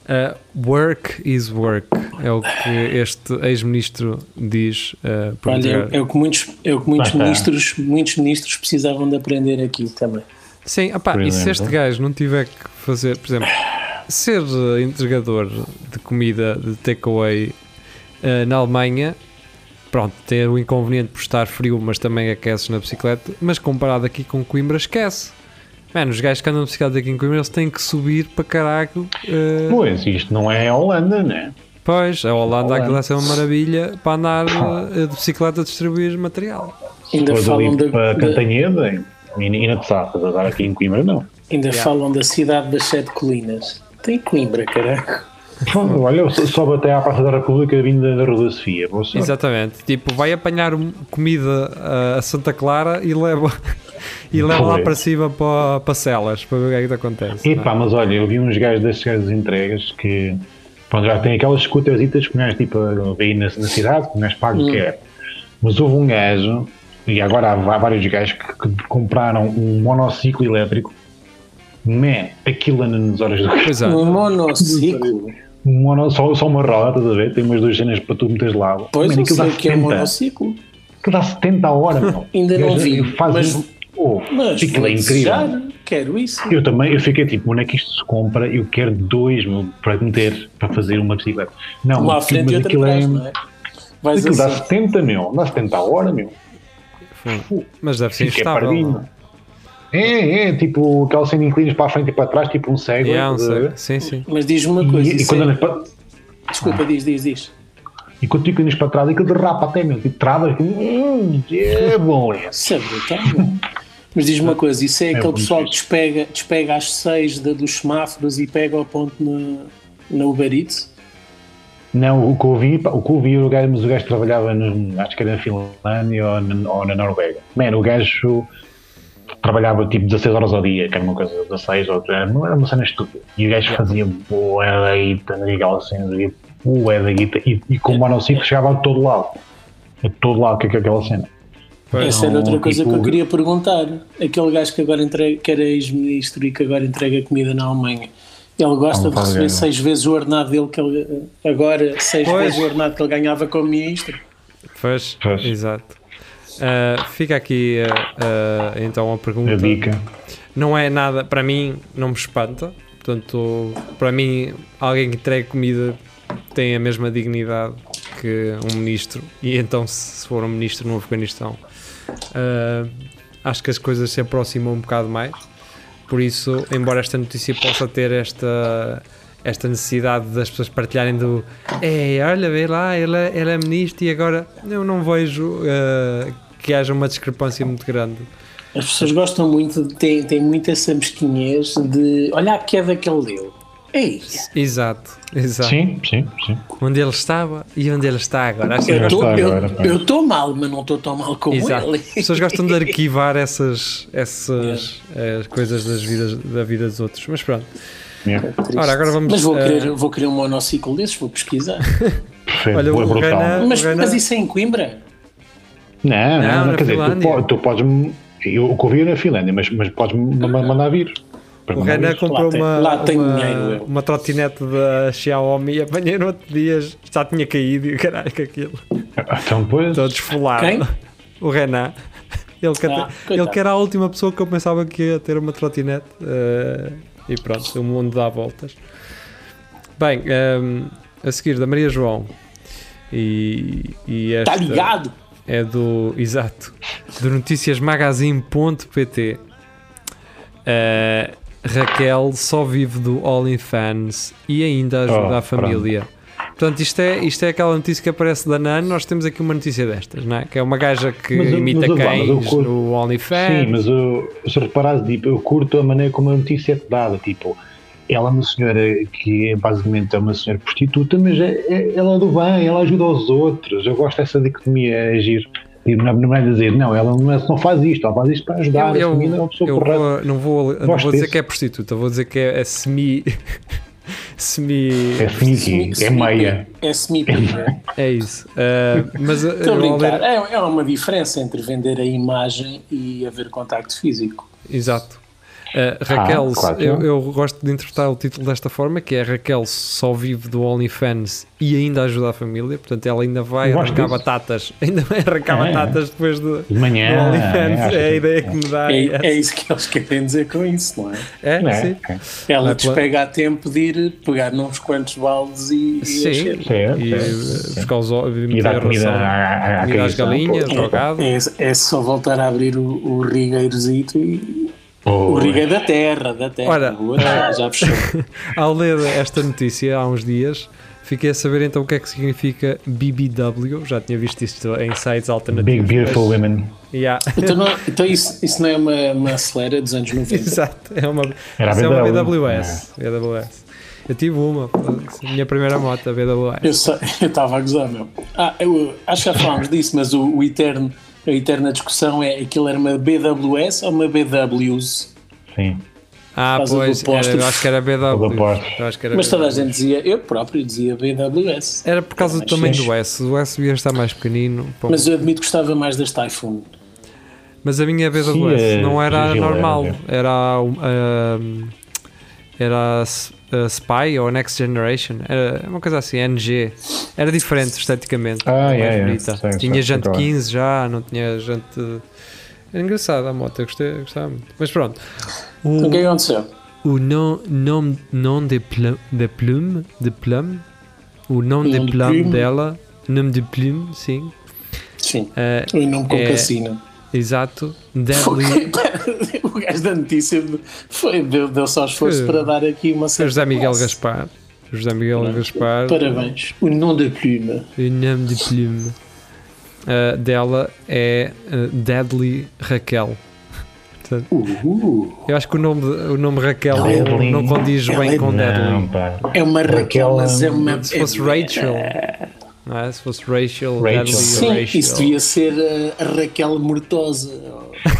Speaker 3: Uh, work is work. É o que este ex-ministro diz uh, por
Speaker 2: Olha,
Speaker 3: Portugal.
Speaker 2: é, é o que muitos, é o que muitos,
Speaker 4: Lá está.
Speaker 2: ministros, muitos ministros precisavam de aprender aqui também.
Speaker 3: Sim, opá,
Speaker 4: Por
Speaker 3: e se
Speaker 4: exemplo?
Speaker 3: este gajo não tiver que fazer, por exemplo, ser eh, uh, entregador de comida de takeaway uh, na eh, Alemanha, Pronto, tem o inconveniente por estar frio, mas também aqueces na bicicleta. Mas comparado aqui com Coimbra, esquece. Mano, os gajos que andam de bicicleta aqui em Coimbra, eles têm que subir para caralho. eh,
Speaker 4: Pois, isto não é a Holanda, né?
Speaker 3: pois, a Holanda,
Speaker 4: Holanda.
Speaker 3: aquilo deve ser uma maravilha para andar eh, de bicicleta a distribuir material.
Speaker 2: Ainda
Speaker 4: Depois
Speaker 2: falam
Speaker 4: ali
Speaker 2: da,
Speaker 4: para
Speaker 2: da-
Speaker 4: Cantanheda e, e na Tessarras, agora aqui em Coimbra não.
Speaker 2: ainda falam da cidade das sete colinas. Tem Coimbra, caraca.
Speaker 4: Pronto, olha, eu so- sobe até à Praça da República vindo da- da Rua da Sofia. Boa sorte.
Speaker 3: Exatamente. Tipo, vai apanhar um- comida ah, a Santa Clara e leva, e leva lá
Speaker 4: Pois.
Speaker 3: para cima para, para celas para ver o que é que te acontece. não é?
Speaker 4: Epá, mas olha, eu vi uns gajos destes gajos de entregas que pronto, já têm aquelas scooterzitas que um gajo tipo aí na, na cidade, que um gajo paga o
Speaker 2: Hum.
Speaker 4: que quer. Mas houve um gajo, e agora há va- vários gajos que, que compraram um monociclo elétrico. Man, aquilo anda nas horas do
Speaker 3: Pois é.
Speaker 2: Um monociclo.
Speaker 4: um mono, só, só uma roda, estás a ver? Tem umas duas cenas para tu meteres lá.
Speaker 2: Pois
Speaker 4: Man,
Speaker 2: eu
Speaker 4: aquilo dá
Speaker 2: sei que é um
Speaker 4: 70.
Speaker 2: monociclo.
Speaker 4: Aquilo dá 70 a hora, meu.
Speaker 2: Ainda não
Speaker 4: Gajo,
Speaker 2: vi,
Speaker 4: Faz
Speaker 2: mas-
Speaker 4: um- Oh,
Speaker 2: Mas
Speaker 4: aquilo é
Speaker 2: vou
Speaker 4: incrível.
Speaker 2: desejar, Quero isso.
Speaker 4: Eu também, eu fiquei tipo, onde é que isto se compra? Eu quero dois meu, para meter, para fazer uma bicicleta. Não,
Speaker 2: Uma à
Speaker 4: mas
Speaker 2: frente e outra
Speaker 4: é aquilo
Speaker 2: atrás,
Speaker 4: é.
Speaker 2: não é? Vais
Speaker 4: Aquilo dá
Speaker 2: assim.
Speaker 4: 70, meu. Dá 70 a hora, meu.
Speaker 3: Foi. Mas Hum, deve ser
Speaker 4: Fica
Speaker 3: instável. não é?
Speaker 4: pardinho. É, é, tipo, aquela cena inclinas para a frente e para trás, tipo um
Speaker 3: é?
Speaker 4: cego.
Speaker 3: E há um
Speaker 4: estás a ver?
Speaker 3: cego. Sim, sim.
Speaker 2: Mas diz-me uma coisa.
Speaker 4: E, e
Speaker 2: isso
Speaker 4: quando
Speaker 2: é-
Speaker 4: andas para,
Speaker 2: Desculpa, diz, diz, diz.
Speaker 4: e quando tu inclinas para trás, aquilo derrapa até, meu. Tipo, travas. aquilo, Hum, é bom, é.
Speaker 2: Sabe, tá bom. Mas diz-me uma coisa, isso é, aquele
Speaker 4: muito
Speaker 2: pessoal que
Speaker 4: fixe.
Speaker 2: despega, despega às seis da- dos semáforos e pega o ponto na, na Uber Eats?
Speaker 4: Não, o que eu vi, pá, o que eu vi, o gajo, mas o gajo trabalhava, no, acho que era na Finlândia ou na, ou na Noruega. Mano, o gajo trabalhava tipo 16 horas ao dia, que era uma coisa, 16 ou era, não era uma cena estúpida. E o gajo fazia boa da guita, naquela cena, fazia bué da guita, e, e com o monociclo chegava a todo lado. A todo lado, que é que é aquela cena.
Speaker 3: Pois.
Speaker 2: Essa era
Speaker 4: não,
Speaker 2: outra coisa
Speaker 4: tipo,
Speaker 2: que eu queria perguntar. Aquele gajo que agora entrega, que era ex-ministro e que agora entrega comida na Alemanha. Ele gosta
Speaker 4: Não
Speaker 2: de
Speaker 4: faz
Speaker 2: receber
Speaker 4: ideia.
Speaker 2: seis vezes o ordenado dele que ele agora, seis
Speaker 3: Pois.
Speaker 2: vezes o ordenado que ele ganhava como ministro.
Speaker 3: Pois,
Speaker 4: Pois.
Speaker 3: exato. Ah, fica aqui ah, ah, então a pergunta.
Speaker 4: A dica.
Speaker 3: Não é nada, para mim, não me espanta. Portanto, para mim, alguém que entrega comida tem a mesma dignidade que um ministro. E então, se se for um ministro no Afeganistão, ah, acho que as coisas se aproximam um bocado mais. Por isso, embora esta notícia possa ter esta, esta necessidade das pessoas partilharem do Ei, olha, vê lá, ele, é- ele é ministro e agora eu não vejo ah, que haja uma discrepância muito grande.
Speaker 2: As pessoas gostam muito, de- têm, têm muito essa mesquinhez de olha a queda que ele deu. Ei,
Speaker 3: Exato, exato.
Speaker 4: Sim, sim, sim.
Speaker 3: onde ele estava e onde ele está agora. Acho que
Speaker 2: eu
Speaker 4: Sim,
Speaker 2: tô-
Speaker 4: gostava
Speaker 2: eu-
Speaker 4: agora, pá.
Speaker 2: eu estou mal, mas não estou tão mal como
Speaker 3: Exato.
Speaker 2: ele.
Speaker 3: As pessoas gostam
Speaker 2: é?
Speaker 3: de arquivar essas, essas eh, coisas das vidas, da vida dos outros. Mas pronto.
Speaker 4: Yeah.
Speaker 3: Ora, agora vamos.
Speaker 2: Mas vou
Speaker 3: eh,
Speaker 2: querer, vou querer um monociclo desses, vou pesquisar.
Speaker 4: Perfeito,
Speaker 3: Olha,
Speaker 4: é
Speaker 3: o
Speaker 4: brutal.
Speaker 3: Renan-
Speaker 2: Mas,
Speaker 3: Agora-
Speaker 2: mas isso é em Coimbra?
Speaker 4: Não,
Speaker 3: Não,
Speaker 4: não,
Speaker 3: na
Speaker 4: quer dizer, tu,
Speaker 3: Finlândia.
Speaker 4: po- tu podes. Eu ouvi na Finlândia, mas, mas podes ma- mandar vir. Podes
Speaker 3: O
Speaker 4: mandar
Speaker 3: Renan
Speaker 4: vir.
Speaker 3: comprou
Speaker 2: Lá tem-
Speaker 3: uma,
Speaker 2: lá tem dinheiro,
Speaker 3: uma,
Speaker 2: eu.
Speaker 3: uma trotinete da Xiaomi e apanhei no outro dia, já tinha caído e o caralho com aquilo.
Speaker 4: Então, pois.
Speaker 3: Estou desfolado.
Speaker 2: Quem?
Speaker 3: O Renan. Ele que,
Speaker 2: Ah,
Speaker 3: até-
Speaker 2: coitado.
Speaker 3: ele que era a última pessoa que eu pensava que ia ter uma trotinete. eh, e pronto, o mundo dá voltas. Bem, ehm, a seguir da Maria João. E, e esta
Speaker 2: Está Tá ligado?
Speaker 3: é do. Exato. Do noticiasmagazine.pt. Eh, Raquel só vive do OnlyFans e ainda ajuda
Speaker 4: Oh,
Speaker 3: a família. Portanto, isto é, isto é aquela notícia que aparece da NAN. Nós temos aqui uma notícia destas, não é? Que é uma gaja que
Speaker 4: Mas eu-
Speaker 3: imita
Speaker 4: mas eu- mas eu
Speaker 3: cães
Speaker 4: curto.
Speaker 3: no OnlyFans.
Speaker 4: Sim, mas eu, se reparares, tipo, eu curto a maneira como a notícia é dada. Tipo, ela é uma senhora que é, basicamente é uma senhora prostituta, mas é, é- ela é do bem, ela ajuda aos outros. Eu gosto dessa dicotomia, é agir. Não, não é dizer, não, ela não, é- não faz isto, ela faz isto para ajudar.
Speaker 3: Eu,
Speaker 4: a
Speaker 3: eu,
Speaker 4: família é uma pessoa
Speaker 3: eu
Speaker 4: correta.
Speaker 3: vou- não vou, não
Speaker 4: Gosto
Speaker 3: vou dizer
Speaker 4: disso.
Speaker 3: que é prostituta, vou dizer que é, é semi. semi.
Speaker 4: É sneaky, é meia.
Speaker 2: É semi
Speaker 3: É isso. Eh, mas eh,
Speaker 2: Estou a
Speaker 3: eu ao ler-
Speaker 2: brincar. É, é uma diferença entre vender a imagem e haver contacto físico.
Speaker 3: Exato. Uh, Raquel,
Speaker 4: Ah, claro.
Speaker 3: eu, eu gosto de interpretar o título desta forma, que é Raquel só vive do OnlyFans e ainda ajuda a família, portanto ela ainda vai
Speaker 4: Eu gosto
Speaker 3: arrancar
Speaker 4: disso.
Speaker 3: batatas, ainda vai arrancar
Speaker 4: É.
Speaker 3: batatas depois do,
Speaker 4: De manhã.
Speaker 3: do
Speaker 4: né?
Speaker 3: OnlyFans,
Speaker 4: Acho
Speaker 3: é a
Speaker 4: que-
Speaker 3: ideia que me dá.
Speaker 2: É,
Speaker 3: É,
Speaker 2: é isso que eles querem dizer com isso, não é?
Speaker 3: é,
Speaker 4: Né?
Speaker 3: sim.
Speaker 4: Ok.
Speaker 2: Ela
Speaker 3: Vai pela-
Speaker 2: despega a tempo de ir pegar uns quantos baldes e, e
Speaker 3: Sim,
Speaker 2: encher.
Speaker 4: Certo,
Speaker 3: e
Speaker 4: certo.
Speaker 3: uh, buscar os ovos e
Speaker 4: é, E
Speaker 3: meter
Speaker 4: dar
Speaker 3: a
Speaker 4: comida
Speaker 3: ração,
Speaker 4: à- à- à
Speaker 3: comida às
Speaker 4: criação,
Speaker 3: galinhas,
Speaker 4: pô.
Speaker 3: ao gado.
Speaker 2: É, é só voltar a abrir o, o rigueirozito e. O
Speaker 4: Oi.
Speaker 2: rigueiro da terra, da terra.
Speaker 3: Ora.
Speaker 2: da rua, já, já fechou.
Speaker 3: Ao ler esta notícia há uns dias, fiquei a saber então o que é que significa BBW. Já tinha visto isto em sites
Speaker 4: é Big
Speaker 3: alternativos.
Speaker 4: Beautiful
Speaker 3: mas-
Speaker 4: Women.
Speaker 3: Yeah.
Speaker 2: Então, não- então isso, isso não é uma, uma acelera dos anos 90.
Speaker 3: Exato, é uma,
Speaker 4: Era a
Speaker 3: isso é uma
Speaker 4: BW.
Speaker 3: BWS, BWS. Eu tive uma, a minha primeira moto, a BWS.
Speaker 2: Eu só- eu estava a gozar, meu. Ah, eu, acho que já falámos disso, mas o, o eterno, a eterna discussão é aquilo era uma BWS ou uma BWS?
Speaker 4: Sim.
Speaker 3: Ah,
Speaker 2: Faz o do
Speaker 3: pois,
Speaker 2: posto.
Speaker 3: era, eu acho que era
Speaker 4: O do
Speaker 3: BW.
Speaker 4: posto.
Speaker 3: Eu acho que era,
Speaker 2: Mas toda a
Speaker 3: BW.
Speaker 2: gente dizia, eu próprio dizia BWS.
Speaker 3: Era por causa do
Speaker 2: Mas
Speaker 3: tamanho
Speaker 2: sim.
Speaker 3: do S. O S devia estar mais pequenino. pô. Mas,
Speaker 2: Mas eu admito que gostava mais das Typhoon.
Speaker 3: a minha BWS
Speaker 4: Sim, é,
Speaker 3: não era a
Speaker 4: Gil, era,
Speaker 3: normal.
Speaker 4: é.
Speaker 3: Era a, um, era a, S- a Spy ou a Next Generation. Era uma coisa assim, NG. Era diferente esteticamente.
Speaker 4: Ah,
Speaker 3: mais
Speaker 4: é, é.
Speaker 3: bonita.
Speaker 4: Sim, sim,
Speaker 3: tinha jante
Speaker 4: concordo.
Speaker 3: 15 já, não tinha jante. Era engraçada a moto, eu gostei, eu gostava muito. Mas pronto. O-
Speaker 2: O que é que aconteceu?
Speaker 3: O nom, nom, nom de, plum, de plume, de plume, o nom de
Speaker 2: Nom de
Speaker 3: plume
Speaker 2: plume.
Speaker 3: dela, nome de plume, sim,
Speaker 2: Sim,
Speaker 3: eh,
Speaker 2: o nome com
Speaker 3: É.
Speaker 2: cassino.
Speaker 3: exato,
Speaker 2: Foi-
Speaker 3: Deadly,
Speaker 2: o gajo da notícia foi, deu, deu só esforço
Speaker 3: Foi.
Speaker 2: para dar aqui uma certa.
Speaker 3: José Miguel
Speaker 2: classe.
Speaker 3: Gaspar, José Miguel Gaspar,
Speaker 2: Parabéns. O nome da pluma.
Speaker 3: o nome de plume eh, dela é eh, Deadly Raquel. Portanto,
Speaker 2: Uh,
Speaker 3: Eu acho que o nome, de- o nome Raquel não,
Speaker 4: Deadly.
Speaker 3: não condiz bem com
Speaker 4: Não,
Speaker 3: Deadly.
Speaker 4: pá.
Speaker 2: é uma Raquel,
Speaker 4: Raquel,
Speaker 2: mas é uma.
Speaker 3: Se fosse Rachel, não é? se fosse Rachel,
Speaker 4: Rachel.
Speaker 3: Deadly
Speaker 2: Sim,
Speaker 3: Rachel.
Speaker 2: isso devia ser uh, a Raquel Mortosa.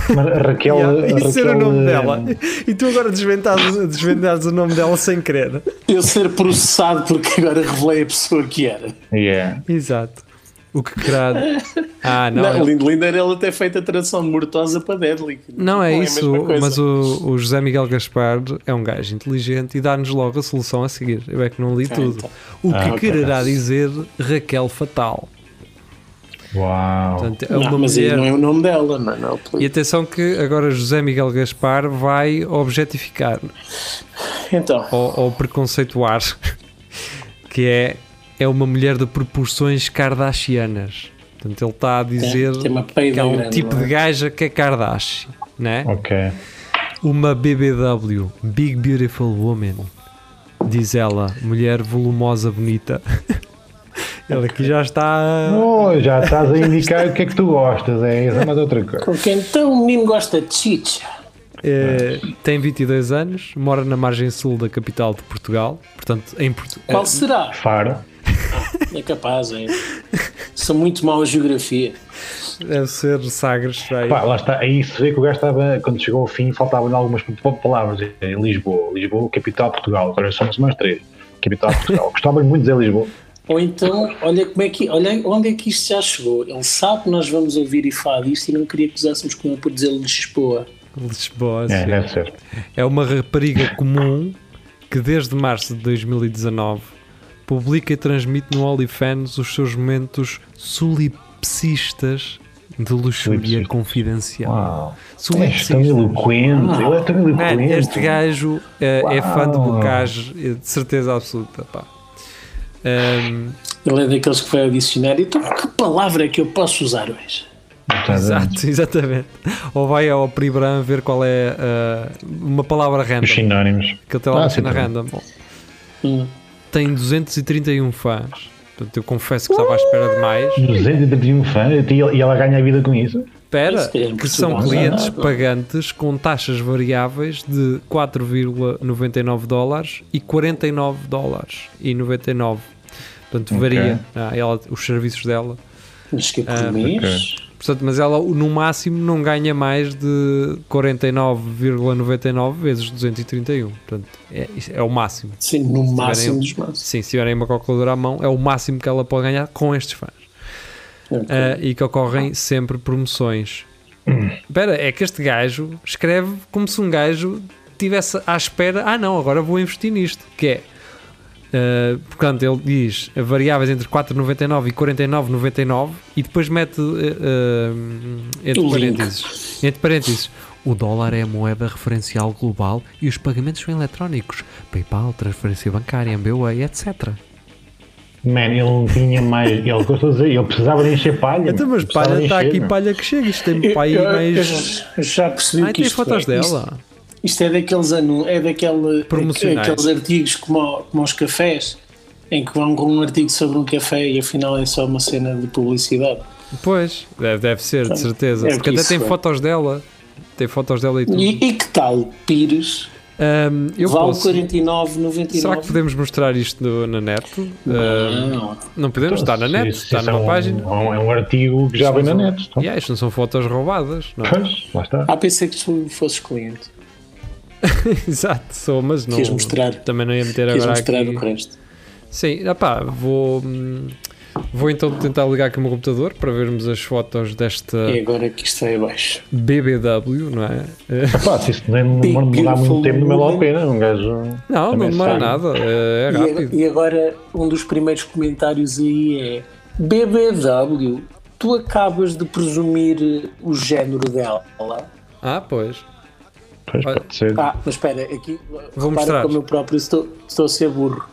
Speaker 4: Mas a Raquel.
Speaker 3: Yeah,
Speaker 4: a
Speaker 3: isso era o
Speaker 4: Raquel,
Speaker 3: nome
Speaker 4: eh,
Speaker 3: dela. E tu agora desventares, desventares o nome dela sem querer.
Speaker 2: Eu ser processado porque agora revelei a pessoa que era.
Speaker 4: Yeah.
Speaker 3: Exato. O que crado. Ah, não.
Speaker 2: Não,
Speaker 3: é-
Speaker 2: lindo, lindo era ele ter feito a tradução de Mortosa para Deadly.
Speaker 3: Não é isso,
Speaker 2: mesma coisa.
Speaker 3: mas o, o José Miguel Gaspar é um gajo inteligente e dá-nos logo a solução a seguir. Eu é que não li tudo.
Speaker 2: então.
Speaker 3: O que
Speaker 4: Ah, ok.
Speaker 3: quererá dizer Raquel Fatal.
Speaker 4: Uau.
Speaker 3: Portanto, é
Speaker 2: Não,
Speaker 3: uma
Speaker 2: mas aí
Speaker 3: mulher.
Speaker 2: não é o nome dela, não, não.
Speaker 3: E atenção que agora José Miguel Gaspar vai objetificar
Speaker 2: Então,
Speaker 3: ou, ou preconceituar, que é, é uma mulher de proporções kardashianas. Portanto, ele está a dizer
Speaker 2: é, tem uma
Speaker 3: que
Speaker 2: peida
Speaker 3: há um
Speaker 2: grande,
Speaker 3: tipo
Speaker 2: não é?
Speaker 3: de gaja que é Kardashian, né?
Speaker 4: ok.
Speaker 3: Uma BBW, Big Beautiful Woman, diz ela, mulher volumosa, bonita. Ele aqui já está.
Speaker 4: Oh, já estás a indicar o que é que tu gostas. É isso, mas outra coisa.
Speaker 2: porque então o menino gosta de chicha.
Speaker 3: eh, tem 22 anos, mora na margem sul da capital de Portugal. Portanto, em Portu-
Speaker 2: Qual será?
Speaker 4: Faro.
Speaker 2: É capaz, é. Sou muito mau a geografia.
Speaker 3: deve ser Sagres. já é.
Speaker 4: Pá, lá está. Aí se vê que o gajo estava, quando chegou ao fim, faltavam algumas pa- palavras. É, Lisboa, Lisboa, capital de Portugal. Agora somos nós três. Capital de Portugal. Gostava muito de dizer Lisboa.
Speaker 2: Ou então, olha como é que, olha onde é que isto já chegou. Ele sabe que nós vamos ouvir e falar disto e não queria que usássemos com ele por dizer-lhe Lisboa.
Speaker 3: Lisboa,
Speaker 4: É,
Speaker 3: sim.
Speaker 4: deve ser.
Speaker 3: É uma rapariga comum que desde março de 2019 publica e transmite no OnlyFans os seus momentos solipsistas de luxúria
Speaker 4: Solipsista.
Speaker 3: confidencial.
Speaker 4: Uau. És tão
Speaker 3: Solipsista.
Speaker 4: eloquente. Ele é tão
Speaker 3: Man,
Speaker 4: eloquente.
Speaker 3: Ah, este gajo eh, é fã de
Speaker 4: Uau.
Speaker 3: bocage, eh, de certeza absoluta. Pá. Ahm,
Speaker 2: Ele é daqueles que vai ao dicionário. Então, que palavra é que eu posso usar hoje?
Speaker 4: Estás a-
Speaker 3: exato, exatamente. Ou vai ao Pribram ver qual é eh, uma palavra
Speaker 4: Os
Speaker 3: random.
Speaker 4: sinónimos.
Speaker 3: Que ele tem lá
Speaker 4: Ah,
Speaker 3: uma
Speaker 4: sim,
Speaker 3: cena
Speaker 4: também.
Speaker 3: random.
Speaker 2: Hum.
Speaker 3: tem 231 fãs. Portanto, eu confesso que estava à espera de mais.
Speaker 4: 231 fãs e ela- e ela ganha a vida com isso?
Speaker 3: Espera,
Speaker 2: Isso é
Speaker 3: que são
Speaker 2: impossível.
Speaker 3: clientes
Speaker 2: Não, não.
Speaker 3: pagantes com taxas variáveis de 4,99 dólares e 49 dólares e 99. Portanto, varia ah, ela- os serviços dela.
Speaker 2: Mas
Speaker 3: Ah,
Speaker 2: que é por mês?
Speaker 3: Portanto, mas ela no máximo não ganha mais de 49,99 vezes 231. Portanto, é, isso é o máximo.
Speaker 2: Sim, no máximo dos máximos.
Speaker 3: Sim, se tiverem uma calculadora à mão, é o máximo que ela pode ganhar com estes fãs.
Speaker 2: Ok.
Speaker 3: Ah, e que ocorrem sempre promoções. Espera, é que este gajo escreve como se um gajo tivesse à espera, ah não, agora vou investir nisto, que é, eh, portanto, ele diz variáveis entre 4,99 e 49,99 e depois mete eh, eh, entre,
Speaker 2: O link.
Speaker 3: parênteses, entre parênteses. O dólar é a moeda referencial global e os pagamentos são eletrónicos. PayPal, transferência bancária, MBWay, etc.
Speaker 4: Man, ele não tinha mais. Ele, gostou de dizer, ele precisava de encher palha.
Speaker 3: Então, mas
Speaker 4: precisava
Speaker 3: palha
Speaker 4: de
Speaker 3: está
Speaker 4: encher, é?
Speaker 3: aqui,
Speaker 4: meu.
Speaker 3: palha que chega. Isto tem
Speaker 2: Eu-
Speaker 3: para aí
Speaker 2: eu- eu
Speaker 3: mais.
Speaker 2: já- já percebi
Speaker 3: Ah,
Speaker 2: que
Speaker 3: tem
Speaker 2: isto
Speaker 3: fotos
Speaker 2: é. Isto,
Speaker 3: dela.
Speaker 2: isto é daqueles anúncios, é daquele,
Speaker 3: Promocionais.
Speaker 2: aqueles artigos como, como os cafés, em que vão com um artigo sobre um café e afinal é só uma cena de publicidade.
Speaker 3: Pois, deve, deve ser, de certeza.
Speaker 2: é
Speaker 3: Porque até
Speaker 2: isso,
Speaker 3: tem
Speaker 2: é.
Speaker 3: fotos dela. Tem fotos dela e tudo.
Speaker 2: E, e que tal, Pires?
Speaker 3: Ahm, Uhum. eu
Speaker 2: vale um
Speaker 3: posso.
Speaker 2: 49,99.
Speaker 3: Será que podemos mostrar isto no- na net? Ahm,
Speaker 2: Não.
Speaker 3: não podemos, está na net,
Speaker 4: Isso-
Speaker 3: está
Speaker 4: isso é
Speaker 3: numa
Speaker 4: um-
Speaker 3: página.
Speaker 4: um- é um artigo que já vem na
Speaker 3: São-
Speaker 4: net. Então,
Speaker 3: Yeah, isto não são fotos roubadas, não é?
Speaker 4: Pois, lá está.
Speaker 2: Ah, pensei que tu fosses cliente.
Speaker 3: Exato, sou, mas não.
Speaker 2: Quis mostrar.
Speaker 3: Também não ia meter
Speaker 2: Quis
Speaker 3: agora
Speaker 2: mostrar
Speaker 3: aqui.
Speaker 2: o resto.
Speaker 3: Sim, ah pá, vou. hum, Vou então tentar ligar aqui o meu computador para vermos as fotos desta
Speaker 2: E agora que isto é sai abaixo.
Speaker 3: BBW, não é? Eh,
Speaker 4: Pá, se isso nem não
Speaker 2: Big
Speaker 4: demorar muito
Speaker 2: Beautiful
Speaker 4: tempo, não vale a
Speaker 2: Woman.
Speaker 4: pena. Um gajo.
Speaker 3: Não, não
Speaker 4: Também
Speaker 3: demora
Speaker 4: sai.
Speaker 3: nada, eh, é rápido.
Speaker 2: E, e agora um dos primeiros comentários aí é BBW, tu acabas de presumir eh, o género dela.
Speaker 3: Ah, pois.
Speaker 4: Pois,
Speaker 3: Olha,
Speaker 4: pode ser.
Speaker 2: Ah, mas espera, aqui repara
Speaker 3: mostrar.
Speaker 2: como eu próprio estou, estou a ser burro.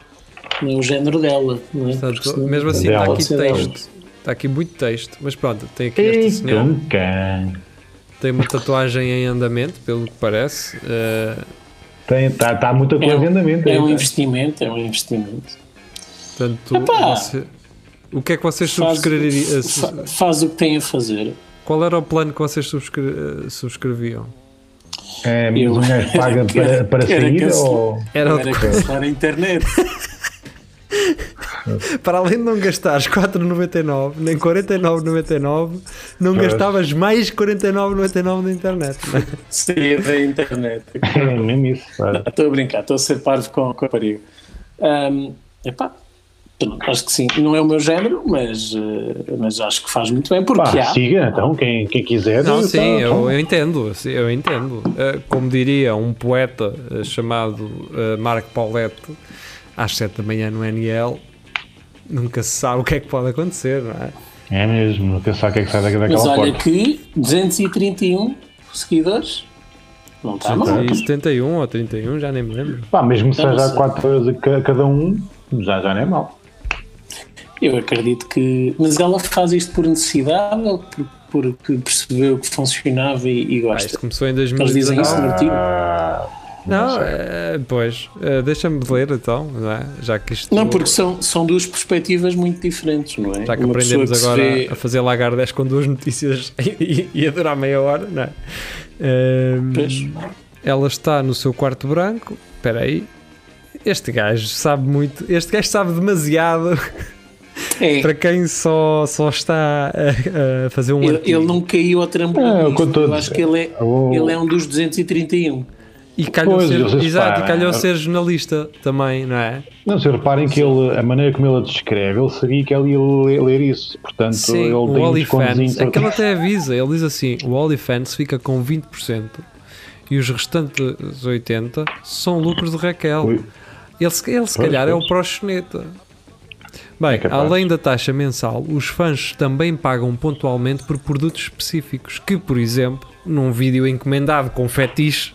Speaker 2: Não é o género dela, não é?
Speaker 3: Portanto,
Speaker 2: Porque senão-
Speaker 3: mesmo assim
Speaker 4: Dela,
Speaker 3: está aqui
Speaker 2: sim, dela.
Speaker 3: texto. Está Tá aqui muito texto, mas pronto, tem aqui esta
Speaker 4: Ei,
Speaker 3: senhora.
Speaker 4: canca.
Speaker 3: Tem uma tatuagem em andamento, pelo que parece. eh,
Speaker 4: Está tá muita
Speaker 2: é,
Speaker 4: coisa em andamento.
Speaker 2: um- é um
Speaker 4: aí, tá.
Speaker 2: investimento, é um investimento.
Speaker 3: portanto,
Speaker 2: Epá!
Speaker 3: você- o que é que vocês
Speaker 2: Faz,
Speaker 3: subscreveriam? eh, su-
Speaker 2: fa- faz o que tem a fazer.
Speaker 3: Qual era o plano que vocês subscre- eh, subscreviam?
Speaker 4: É, mas
Speaker 2: Eu-
Speaker 4: um gajo paga para, para
Speaker 2: Era
Speaker 4: sair
Speaker 2: cancelar-
Speaker 4: ou.
Speaker 3: Era o
Speaker 2: Era cancelar é a internet.
Speaker 3: Para além de não gastares 4,99 nem 49,99, não
Speaker 4: Pois.
Speaker 3: gastavas mais 49,99 na internet. é?
Speaker 2: Sair da internet.
Speaker 4: É mesmo isso. pá.
Speaker 2: Estou a brincar, estou a ser parvo com, com a pariga. Ahm, epá, pronto, acho que sim. Não é o meu género, mas, eh, mas acho que faz muito bem,
Speaker 4: Pá,
Speaker 2: porque há.
Speaker 4: siga, então, quem, quem quiser.
Speaker 3: Não,
Speaker 4: tá,
Speaker 3: sim, eu,
Speaker 4: tá.
Speaker 3: eu entendo, sim, eu entendo. Eh, como diria um poeta eh, chamado eh, Marco Paulette, às 7 da manhã no NL, nunca se sabe o que é que pode acontecer, não é?
Speaker 4: É mesmo, nunca sabe o que é que sai daqui-
Speaker 2: Mas
Speaker 4: daquela
Speaker 2: olha
Speaker 4: porta.
Speaker 2: que 231 seguidores Ah, não está mal.
Speaker 3: E 71 ou 31, já nem me lembro.
Speaker 4: Pá, mesmo que
Speaker 2: Eu não
Speaker 4: seja
Speaker 2: sei.
Speaker 4: 4 euros a ca- cada um, já, já não é mal.
Speaker 2: Eu acredito que. Mas ela faz isto por necessidade ou por, porque percebeu que funcionava e, e
Speaker 3: Ah, isto
Speaker 2: gosta?
Speaker 3: começou em
Speaker 2: Eles dizem isso
Speaker 3: 2019.
Speaker 2: no artigo.
Speaker 4: Ah,
Speaker 3: Não,
Speaker 2: é.
Speaker 3: eh, pois, eh, deixa-me ler então, não é? já que isto.
Speaker 2: Não, porque são, são duas perspectivas muito diferentes, não é?
Speaker 3: Já que
Speaker 2: Uma pessoa
Speaker 3: aprendemos
Speaker 2: que se
Speaker 3: agora
Speaker 2: vê-
Speaker 3: a fazer lagar 10 com duas notícias e, e a durar meia hora, não é? Ahm,
Speaker 2: Pois.
Speaker 3: ela está no seu quarto branco. Espera aí. Este gajo sabe muito. Este gajo sabe demasiado
Speaker 2: É,
Speaker 3: para quem só, só está a, a fazer um.
Speaker 2: ele,
Speaker 3: artigo.
Speaker 2: ele não caiu ao trampolim.
Speaker 4: É, eu
Speaker 2: Isto,
Speaker 4: conto-
Speaker 2: eu acho que ele é,
Speaker 4: Oh.
Speaker 2: ele é um dos 231.
Speaker 3: E calhou
Speaker 4: Pois,
Speaker 3: ser,
Speaker 4: eles
Speaker 3: exato, e
Speaker 4: reparam.
Speaker 3: calhou ser jornalista também, não é?
Speaker 4: Não, se reparem que ele, a maneira como ele a descreve, ele sabia que ele ia le- ler isso. Portanto, ele
Speaker 3: o
Speaker 4: tem um descontozinho.
Speaker 3: OnlyFans.
Speaker 4: certo.
Speaker 3: Aquele até avisa, ele diz assim: o OnlyFans fica com 20% e os restantes 80% são lucros de Raquel.
Speaker 4: Ui.
Speaker 3: Ele, se- ele se
Speaker 4: Pois,
Speaker 3: calhar é o
Speaker 4: pois. É
Speaker 3: proxeneta. Bem,
Speaker 4: capaz.
Speaker 3: além da taxa mensal, os fãs também pagam pontualmente por produtos específicos, que, por exemplo, num vídeo encomendado com fetiche,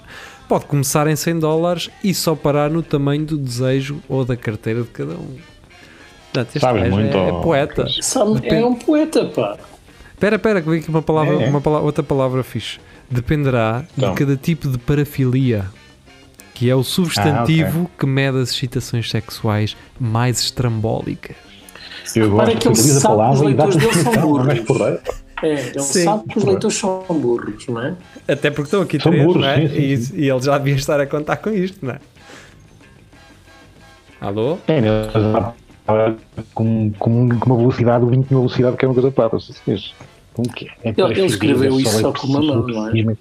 Speaker 3: pode começar em 100 dólares e só parar no tamanho do desejo ou da carteira de cada um. Portanto, este
Speaker 4: Sabes
Speaker 3: gajo
Speaker 4: muito,
Speaker 3: é, é
Speaker 4: ó,
Speaker 3: poeta.
Speaker 4: Lucas.
Speaker 2: Sabe,
Speaker 3: Depende.
Speaker 2: é um poeta, pá.
Speaker 3: Espera, espera, que vem aqui uma palavra,
Speaker 4: É.
Speaker 3: uma pala- outra palavra fixe. Dependerá
Speaker 4: Então.
Speaker 3: de cada tipo de parafilia, que é o substantivo
Speaker 4: Ah,
Speaker 3: que mede as excitações sexuais mais estrambólicas.
Speaker 4: Eu
Speaker 2: Repara
Speaker 4: gosto
Speaker 2: que
Speaker 4: que
Speaker 2: ele
Speaker 4: utiliza a
Speaker 2: sabe que os
Speaker 4: palavra e dá
Speaker 2: leitores dele são
Speaker 4: definição. Não é mais
Speaker 2: burros.
Speaker 4: porreiro.
Speaker 2: É, ele
Speaker 3: Sim.
Speaker 2: sabe que os leitores são burros, não é?
Speaker 3: Até porque estão aqui
Speaker 4: São
Speaker 3: três,
Speaker 4: burros,
Speaker 3: não é?
Speaker 4: sim, sim,
Speaker 3: e, e ele já devia estar a contar com isto, não é? Alô?
Speaker 4: É, né, mas há- há- com, com, com uma velocidade, 20 mil velocidade, que é uma coisa para se diz. Como que é? É
Speaker 2: Ele- ele escreveu isso só com uma mão, não é?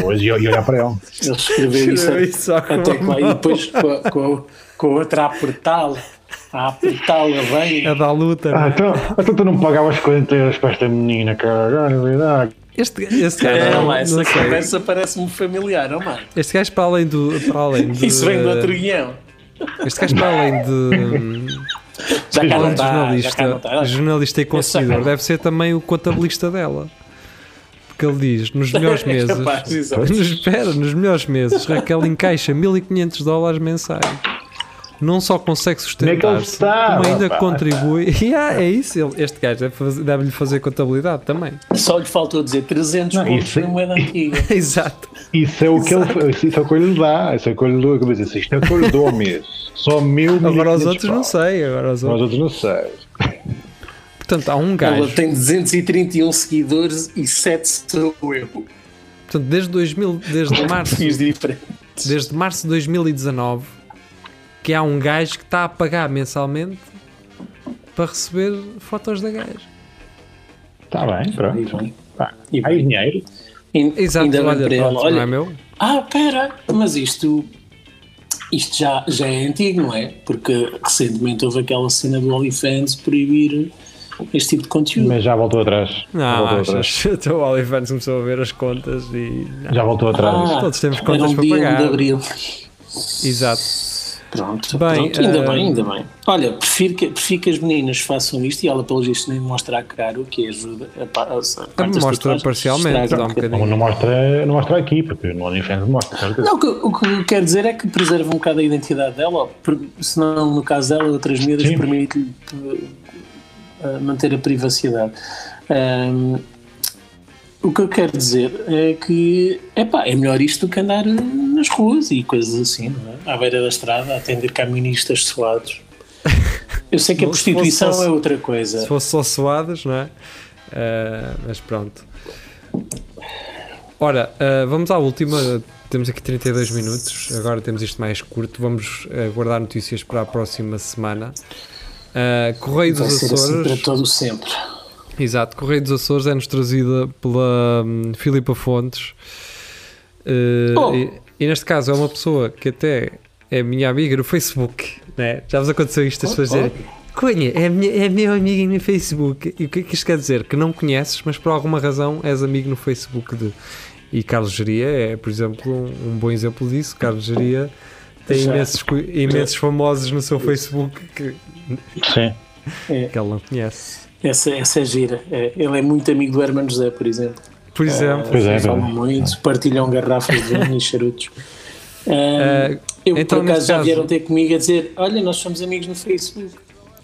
Speaker 4: Pois, e e olhar para ele.
Speaker 2: Ele escreveu isso,
Speaker 3: Escreveu isso só com
Speaker 2: até
Speaker 3: uma
Speaker 2: com e depois com a, com a- com a outra a apertá-la, a apertá-la bem.
Speaker 3: A da luta. não
Speaker 4: Ah,
Speaker 3: é?
Speaker 4: então, então tu não pagavas 40 euros para esta menina, cara. Agora,
Speaker 3: Este, este gajo.
Speaker 2: É,
Speaker 3: não-
Speaker 2: lá, essa
Speaker 3: não sei.
Speaker 2: conversa parece-me familiar, oh, mano.
Speaker 3: Este gajo para além do. Para além de,
Speaker 2: Isso vem do outro guião.
Speaker 3: Este gajo para além de. hum,
Speaker 2: Já cá não
Speaker 3: além de
Speaker 2: está, já cá não tá.
Speaker 3: jornalista,
Speaker 2: está.
Speaker 3: jornalista e consumidor,
Speaker 2: cara.
Speaker 3: deve ser também o contabilista dela. Porque ele diz: nos melhores
Speaker 2: É
Speaker 3: meses.
Speaker 2: capaz, exato.
Speaker 3: nos, espera, nos melhores meses, Raquel encaixa 1500 dólares mensais. Não só consegue
Speaker 4: Como é que ele
Speaker 3: sustentar-se,
Speaker 4: está,
Speaker 3: como ainda
Speaker 4: rapaz?
Speaker 3: contribui. E há- é isso, ele- este gajo deve fazer- deve-lhe fazer contabilidade também.
Speaker 2: Só lhe faltou dizer 300
Speaker 4: Não,
Speaker 2: pontos
Speaker 4: isso-
Speaker 2: na moeda
Speaker 3: é-
Speaker 2: antiga.
Speaker 3: Exato.
Speaker 4: Isso é o que ele isso é o que ele dá, isso é o que ele dá, como eu disse, isto é o que ele dá ao mês. Só mil
Speaker 3: Agora
Speaker 4: 1500
Speaker 3: os outros não
Speaker 4: pau.
Speaker 3: sei, agora os
Speaker 4: Agora
Speaker 3: outros.
Speaker 4: os outros não sei.
Speaker 3: Portanto, há um gajo.
Speaker 2: Ela tem 231 seguidores e 7 sou eu.
Speaker 3: Portanto, desde 2000, desde março,
Speaker 2: Fiz diferente.
Speaker 3: desde março de 2019, que há um gajo que está a pagar mensalmente para receber fotos da gaja.
Speaker 4: Está Tá bem, pronto. Pá,
Speaker 2: E
Speaker 4: Há dinheiro.
Speaker 2: In-
Speaker 3: Exato,
Speaker 2: ainda bem
Speaker 3: olha,
Speaker 2: para ela.
Speaker 3: pronto, não é meu?
Speaker 2: Ah, pera, mas isto, isto já, já é antigo, não é? Porque recentemente houve aquela cena do OnlyFans proibir este tipo de conteúdo.
Speaker 4: Mas já voltou atrás. já
Speaker 3: Não,
Speaker 4: voltou atrás.
Speaker 3: achas? Então o OnlyFans começou a ver as contas e. não.
Speaker 4: Já voltou atrás.
Speaker 3: todos temos
Speaker 2: era
Speaker 3: contas
Speaker 2: um
Speaker 3: para
Speaker 2: dia
Speaker 3: pagar.
Speaker 2: de abril.
Speaker 3: Exato.
Speaker 2: Pronto,
Speaker 3: Bem,
Speaker 2: pronto, ainda
Speaker 3: ah,
Speaker 2: bem, ainda bem. Olha, prefiro que, prefiro que as meninas façam isto e ela, pelo visto, nem mostra a cara o que ajuda. A, pa- a, a parte das
Speaker 3: mostra
Speaker 2: tatuagens
Speaker 3: parcialmente,
Speaker 2: estraga
Speaker 3: dá um bocadinho.
Speaker 4: Não, não mostra, não mostra aqui, porque no OnlyFans mostra. com certeza.
Speaker 2: Não, o que, o que eu quero dizer é que preserva um bocado a identidade dela, per- senão no caso dela, outras medidas
Speaker 4: Sim.
Speaker 2: permite-lhe eh, manter a privacidade. Ahm, o que eu quero dizer é que epá, é melhor isto do que andar eh, nas ruas e coisas assim, não é? à beira da estrada, a atender caministas suados. Eu sei que a
Speaker 3: Se fosse-
Speaker 2: prostituição
Speaker 3: fosse-
Speaker 2: é outra coisa.
Speaker 3: Se fosse só suadas, não é? Ah, mas pronto. Ora, ah, vamos à última. Temos aqui 32 minutos. Agora temos isto mais curto. Vamos ah, guardar notícias para a próxima semana. Ah, Correio
Speaker 2: Vai
Speaker 3: dos
Speaker 2: ser assim para
Speaker 3: Açores.
Speaker 2: todo o sempre.
Speaker 3: Exato, Correio dos Açores é-nos trazida pela hum, Filipa Fontes. Eh,
Speaker 2: Oh.
Speaker 3: e, e neste caso é uma pessoa que até é minha amiga no Facebook. Né? Já vos aconteceu isto, as pessoas dizerem: Cunha, é, minha, é meu amigo no Facebook. E o que é que isto quer dizer? Que não conheces, mas por alguma razão és amigo no Facebook de. E Carlos Geria é, por exemplo, um, um bom exemplo disso. Carlos Geria tem
Speaker 2: Já.
Speaker 3: imensos, cu- imensos famosos no seu Facebook que,
Speaker 4: Sim.
Speaker 3: que ele não conhece.
Speaker 2: Essa, essa é gira. É, ele é muito amigo do Hermano José, por exemplo.
Speaker 3: Por exemplo.
Speaker 4: Pois é,
Speaker 2: Falam
Speaker 4: pois é.
Speaker 2: muito, partilham garrafas de vinho e charutos. Ah,
Speaker 3: eh,
Speaker 2: eu,
Speaker 3: então,
Speaker 2: por acaso,
Speaker 3: neste
Speaker 2: já
Speaker 3: caso-
Speaker 2: vieram ter comigo a dizer: Olha, nós somos amigos no Facebook,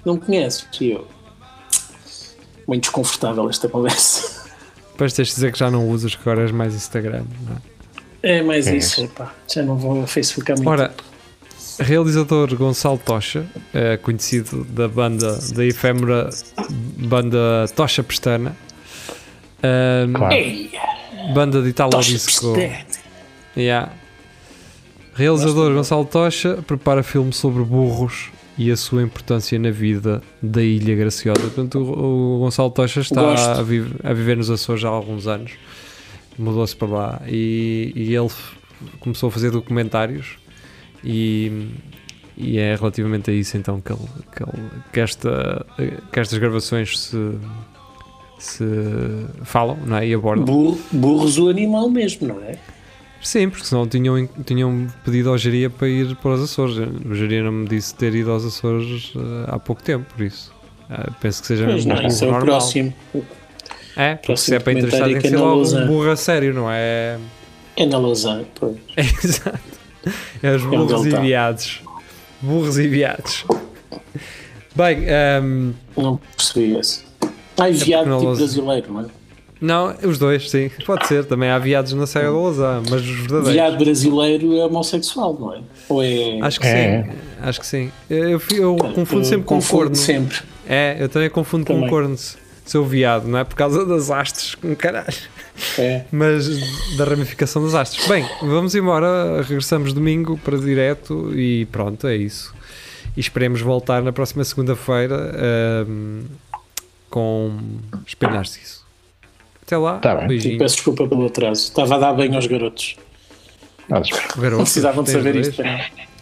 Speaker 2: não me conheces? E eu, muito desconfortável esta conversa.
Speaker 3: Depois tens de dizer que já não usas, que agora és mais Instagram. Não é?
Speaker 2: É mais isso, epá, já não vou ao Facebook há muito
Speaker 3: Ora, realizador Gonçalo Tocha, eh, conhecido da banda, da efêmera banda Tocha Pestana, ehm,
Speaker 4: Claro.
Speaker 2: Ei,
Speaker 3: banda de Italo
Speaker 2: tocha é
Speaker 3: Disco.
Speaker 2: pestete.
Speaker 3: Yeah. Realizador Gonçalo Tocha prepara filme sobre burros e a sua importância na vida da Ilha Graciosa. Portanto, o, o Gonçalo Tocha está
Speaker 2: Gosto.
Speaker 3: a, vi- a viver nos Açores há alguns anos, mudou-se para lá e, e ele f- começou a fazer documentários e, e é relativamente a isso então que, ele- que ele- que esta- que estas gravações se, se falam não é? e abordam.
Speaker 2: Burro- burros o animal mesmo, não é?
Speaker 3: Sim, porque senão tinham, tinham pedido ao Geria para ir para os Açores. O Geria não me disse ter ido aos Açores eh, há pouco tempo, por isso. Ah, penso que seja
Speaker 2: Mas
Speaker 3: um
Speaker 2: não,
Speaker 3: burro
Speaker 2: isso é o
Speaker 3: normal.
Speaker 2: próximo.
Speaker 3: É, porque se
Speaker 2: próximo
Speaker 3: é para entrevistar
Speaker 2: comentário
Speaker 3: tem que
Speaker 2: que
Speaker 3: ser
Speaker 2: não
Speaker 3: logo
Speaker 2: usa.
Speaker 3: um burro a sério, não é?
Speaker 2: É na Lausanne, pois.
Speaker 3: É, Exato. É os
Speaker 2: onde
Speaker 3: burros
Speaker 2: ele
Speaker 3: e
Speaker 2: tá.
Speaker 3: viados. Burros e viados. Bem, ehm,
Speaker 2: Não percebi esse. Ai, viado
Speaker 3: É na
Speaker 2: tipo
Speaker 3: Lausanne.
Speaker 2: brasileiro, não é?
Speaker 3: não, os dois, sim. Pode ser, também há viados na Serra da Lousã, mas os verdadeiros.
Speaker 2: Viado brasileiro é homossexual, não é? Ou é.
Speaker 3: Acho que
Speaker 4: É.
Speaker 3: sim. Acho que sim. Eu, eu fi- eu confundo
Speaker 2: Eu
Speaker 3: sempre com
Speaker 2: confundo
Speaker 3: corno.
Speaker 2: sempre.
Speaker 3: É, eu também confundo com
Speaker 2: Também.
Speaker 3: corno, seu viado, não é? Por causa das hastes, com caralho.
Speaker 2: É.
Speaker 3: Mas da ramificação das hastes. Bem, vamos embora, regressamos domingo para direto e pronto, é isso. E esperemos voltar na próxima segunda-feira ahm, com Espelho Narciso. Até lá,
Speaker 4: Tá bem.
Speaker 2: E
Speaker 3: beijinhos.
Speaker 2: peço desculpa pelo atraso. Estava a dar bem aos garotos.
Speaker 4: Ah, espera.
Speaker 2: Não precisavam de saber isto. né? não.